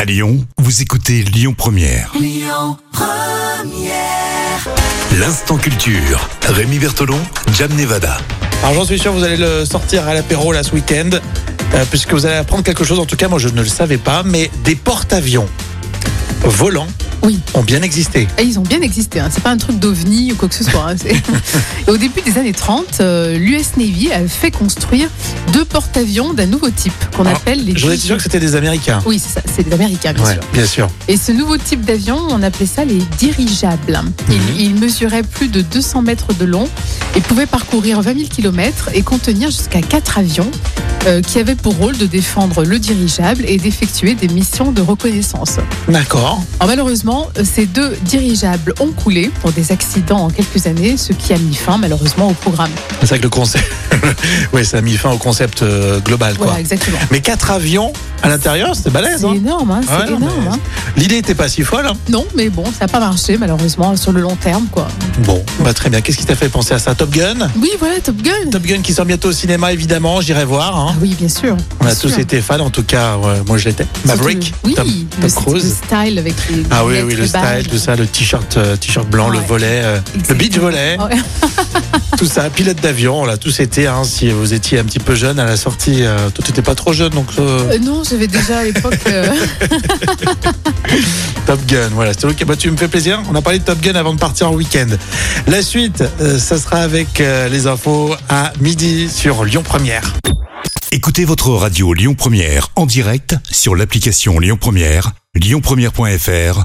À Lyon, vous écoutez Lyon Première. Lyon Première. L'instant culture. Rémi Bertolon, Jam Nevada. Alors j'en suis sûr, vous allez le sortir à l'apéro là ce week-end, euh, puisque vous allez apprendre quelque chose. En tout cas, moi je ne le savais pas, mais des porte-avions volants Oui. ont bien existé. Et ils ont bien existé, hein. c'est pas un truc d'ovni ou quoi que ce soit. hein. C'est- Et au début des années 30, euh, l'US Navy a fait construire deux porte-avions d'un nouveau type qu'on Alors, appelle les. Ah, Je vous étais sûr que c'était des Américains. Oui, c'est ça, c'est des Américains, bien Ouais, sûr. bien sûr. Et ce nouveau type d'avion, on appelait ça les dirigeables. Il, Mhm. il mesurait plus de 200 mètres de long et pouvait parcourir 20 000 km et contenir jusqu'à 4 avions euh, qui avaient pour rôle de défendre le dirigeable et d'effectuer des missions de reconnaissance. D'accord. Alors, Oh, malheureusement, ces deux dirigeables ont coulé pour des accidents en quelques années, ce qui a mis fin malheureusement au programme. C'est vrai que le concept. oui, ça a mis fin au concept euh, global, quoi. Voilà, exactement. Mais quatre avions à l'intérieur, c'était balèze. C'est hein. énorme, hein, Ah ouais, c'est non, énorme. mais- hein. L'idée était pas si folle. hein. Non, mais bon, ça n'a pas marché malheureusement sur le long terme, quoi. Bon, bah très bien. Qu'est-ce qui t'a fait penser à ça Top Gun Oui, voilà, Top Gun. Top Gun qui sort bientôt au cinéma, évidemment. J'irai voir. hein. Ah oui, bien sûr. On a bien tous sûr. été fans, en tout cas, ouais, moi je l'étais. Maverick, Surtout le- Oui, Tom, Tom le, st- le Cruise. style avec les. Ah oui, lunettes, oui, les le style, badges. tout ça, le t-shirt, euh, t-shirt blanc, le Ouais. volet, euh, le Exactement. beach volet, Ouais. tout ça, pilote d'avion, on l'a tous été. Hein, si vous étiez un petit peu jeune à la sortie, euh, toi t'étais pas trop jeune, donc euh, Euh, non, j'avais déjà à l'époque. euh, Top Gun, voilà. C'est ok, bah, tu me fais plaisir. On a parlé de Top Gun avant de partir en week-end. La suite, euh, ça sera avec euh, les infos à midi sur Lyon Première. Écoutez votre radio Lyon Première en direct sur l'application Lyon Première, lyonpremière.fr